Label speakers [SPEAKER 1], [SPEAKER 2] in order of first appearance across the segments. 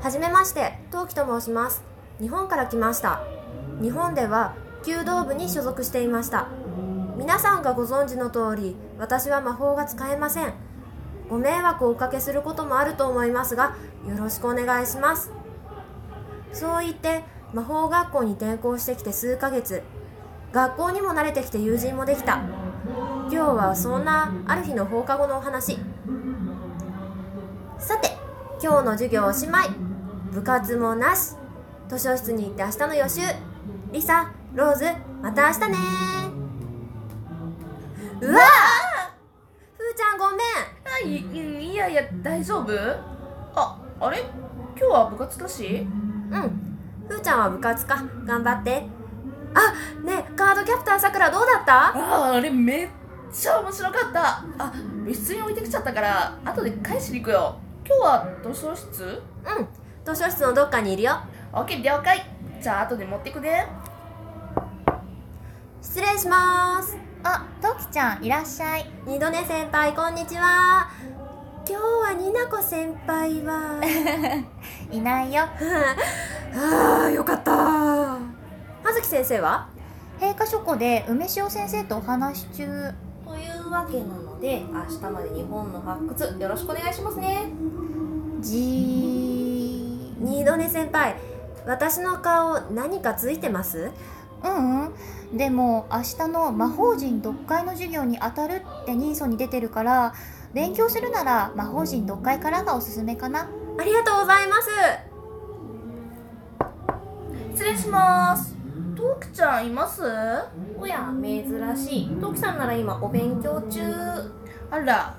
[SPEAKER 1] はじめまして、陶器と申します。日本から来ました。日本では弓道部に所属していました。皆さんがご存知の通り、私は魔法が使えません。ご迷惑をおかけすることもあると思いますが、よろしくお願いします。そう言って、魔法学校に転校してきて数ヶ月、学校にも慣れてきて友人もできた。今日はそんなある日の放課後のお話。さて今日の授業おしまい部活もなし図書室に行って明日の予習リサローズまた明日ねうわふーちゃんごめん
[SPEAKER 2] あいいいやいや大丈夫ああれ今日は部活だし
[SPEAKER 1] うんふーちゃんは部活か頑張ってあねえカードキャプターさくらどうだった
[SPEAKER 2] ああれめっちゃ面白かったあ部室に置いてきちゃったから後で返しに行くよ今日は図書室
[SPEAKER 1] うん図書室のどっかにいるよ
[SPEAKER 2] ?OK 了解じゃあ後で持ってくね
[SPEAKER 1] 失礼します
[SPEAKER 3] あ、トキちゃんいらっしゃい。
[SPEAKER 1] 二度寝先輩こんにちは今日はになこ先輩は
[SPEAKER 3] いないよ。
[SPEAKER 1] ああよかった葉月先生は
[SPEAKER 3] 陛下書庫で梅塩先生とお話し中。
[SPEAKER 4] というわけなので明日まで日本の発掘よろしくお願いしますね
[SPEAKER 3] じー。
[SPEAKER 1] 二度寝先輩私の顔何かついてます
[SPEAKER 3] うんうん。でも明日の魔法人読解の授業に当たるって人相に出てるから、勉強するなら魔法人読解からがおすすめかな。
[SPEAKER 1] ありがとうございます
[SPEAKER 2] 失礼しますトークちゃんいますあ
[SPEAKER 4] おや珍しいトキさんなら今お勉強中
[SPEAKER 2] ら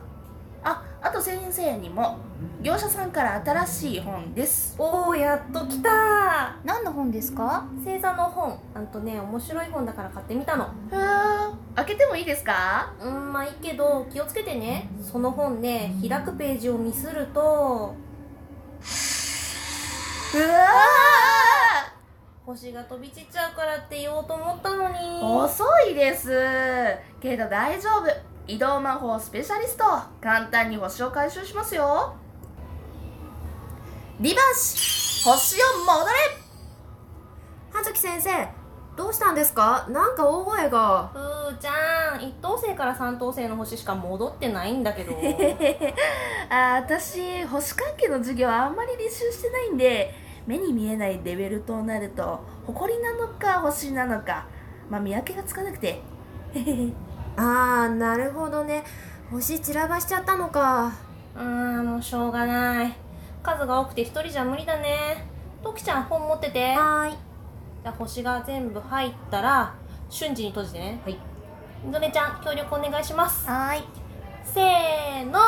[SPEAKER 2] ああと先生にも業者さんから新しい本です
[SPEAKER 4] おおやっと来た
[SPEAKER 3] 何の本ですか
[SPEAKER 4] 星座の本なんとね面白い本だから買ってみたの
[SPEAKER 2] へえ開けてもいいですか
[SPEAKER 4] うんまあいいけど気をつけてねその本ね開くページをミスる
[SPEAKER 2] う
[SPEAKER 4] と
[SPEAKER 2] わ
[SPEAKER 4] 星が飛び散っちゃうからって言おうと思ったのに
[SPEAKER 2] 遅いですけど大丈夫移動魔法スペシャリスト簡単に星を回収しますよリバーシ星を戻れ
[SPEAKER 1] 葉月先生どうしたんですかなんか大声が
[SPEAKER 4] ふーちゃん一等星から三等星の星しか戻ってないんだけど
[SPEAKER 2] あー私星関係の授業はあんまり履修してないんで目に見えないレベルとなると埃なのか星なのかまあ見分けがつかなくて
[SPEAKER 1] あーなるほどね星散らばしちゃったのか
[SPEAKER 4] あーもうしょうがない数が多くて一人じゃ無理だねトキちゃん本持っててじゃ
[SPEAKER 1] はーい
[SPEAKER 4] あ星が全部入ったら瞬時に閉じてねはいドネちゃん協力お願いします
[SPEAKER 3] はーい。
[SPEAKER 4] せーの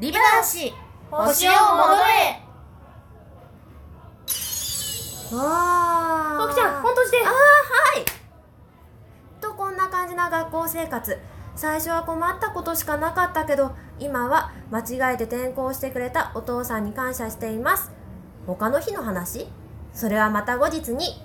[SPEAKER 2] リバ
[SPEAKER 3] た
[SPEAKER 2] ー
[SPEAKER 3] だし、
[SPEAKER 4] 星を戻れ
[SPEAKER 1] わー
[SPEAKER 4] トキちゃん本閉じて
[SPEAKER 1] ああはいとこんな感じな学校生活最初は困ったことしかなかったけど今は間違えて転校してくれたお父さんに感謝しています他の日の話それはまた後日に